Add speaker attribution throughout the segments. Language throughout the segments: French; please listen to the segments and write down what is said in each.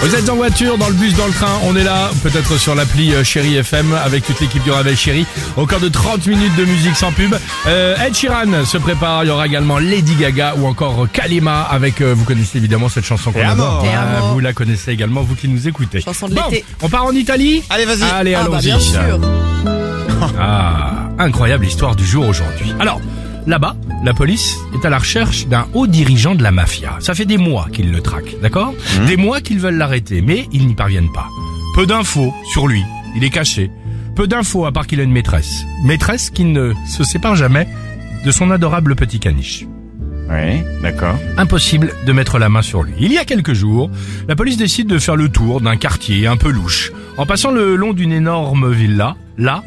Speaker 1: Vous êtes en voiture, dans le bus, dans le train, on est là, peut-être sur l'appli euh, Chéri FM avec toute l'équipe du Réveil Chéri. Encore de 30 minutes de musique sans pub. Euh, Ed Sheeran se prépare, il y aura également Lady Gaga ou encore Kalima avec, euh, vous connaissez évidemment cette chanson qu'on adore.
Speaker 2: Et à
Speaker 1: Ah,
Speaker 2: mort.
Speaker 1: vous la connaissez également, vous qui nous écoutez.
Speaker 2: Chanson de
Speaker 1: Bon,
Speaker 2: l'été.
Speaker 1: on part en Italie
Speaker 2: Allez, vas-y.
Speaker 1: Allez,
Speaker 2: ah, bah,
Speaker 1: allons-y.
Speaker 2: bien sûr.
Speaker 1: Ah, incroyable histoire du jour aujourd'hui. Alors, là-bas, la police est à la recherche d'un haut dirigeant de la mafia. Ça fait des mois qu'ils le traquent, d'accord
Speaker 2: Mmh.
Speaker 1: Des mois qu'ils veulent l'arrêter, mais ils n'y parviennent pas. Peu d'infos sur lui, il est caché. Peu d'infos à part qu'il a une maîtresse. Maîtresse qui ne se sépare jamais de son adorable petit caniche.
Speaker 3: Oui, d'accord.
Speaker 1: Impossible de mettre la main sur lui. Il y a quelques jours, la police décide de faire le tour d'un quartier un peu louche. En passant le long d'une énorme villa, là,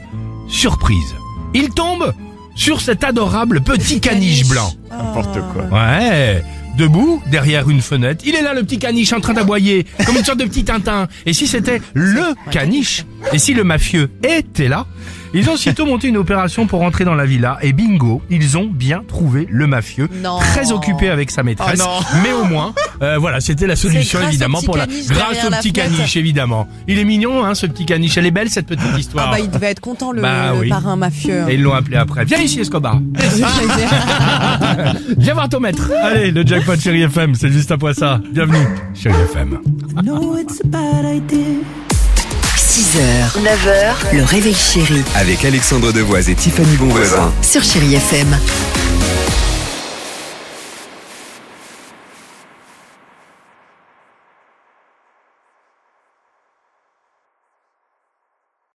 Speaker 1: surprise. Il tombe sur cet adorable petit caniche blanc.
Speaker 3: N'importe quoi.
Speaker 1: Ouais. Debout, derrière une fenêtre, il est là le petit caniche en train d'aboyer, comme une sorte de petit Tintin. Et si c'était le caniche Et si le mafieux était là Ils ont aussitôt monté une opération pour entrer dans la villa et bingo, ils ont bien trouvé le mafieux,
Speaker 2: Non.
Speaker 1: très occupé avec sa maîtresse.
Speaker 3: Oh
Speaker 1: mais au moins, euh, voilà, c'était la solution
Speaker 2: grâce au
Speaker 1: évidemment
Speaker 2: petit
Speaker 1: pour la
Speaker 2: caniche
Speaker 1: grâce
Speaker 2: derrière
Speaker 1: au
Speaker 2: la
Speaker 1: petit
Speaker 2: fenêtre.
Speaker 1: caniche évidemment. Il est mignon hein ce petit caniche, elle est belle cette petite
Speaker 2: Ah,
Speaker 1: histoire.
Speaker 2: bah, il devait être content, le,
Speaker 1: Bah
Speaker 2: le
Speaker 1: oui.
Speaker 2: parrain mafieux. hein.
Speaker 1: Et ils l'ont appelé après. Viens ici Escobar. Viens voir ton maître. Allez, le jackpot Chéri FM, c'est juste après ça. Bienvenue, Chéri FM.
Speaker 4: 6h, 9h, le réveil chéri
Speaker 5: Avec Alexandre Devoise et Tiffany Bonvoisin.
Speaker 4: sur Chéri FM.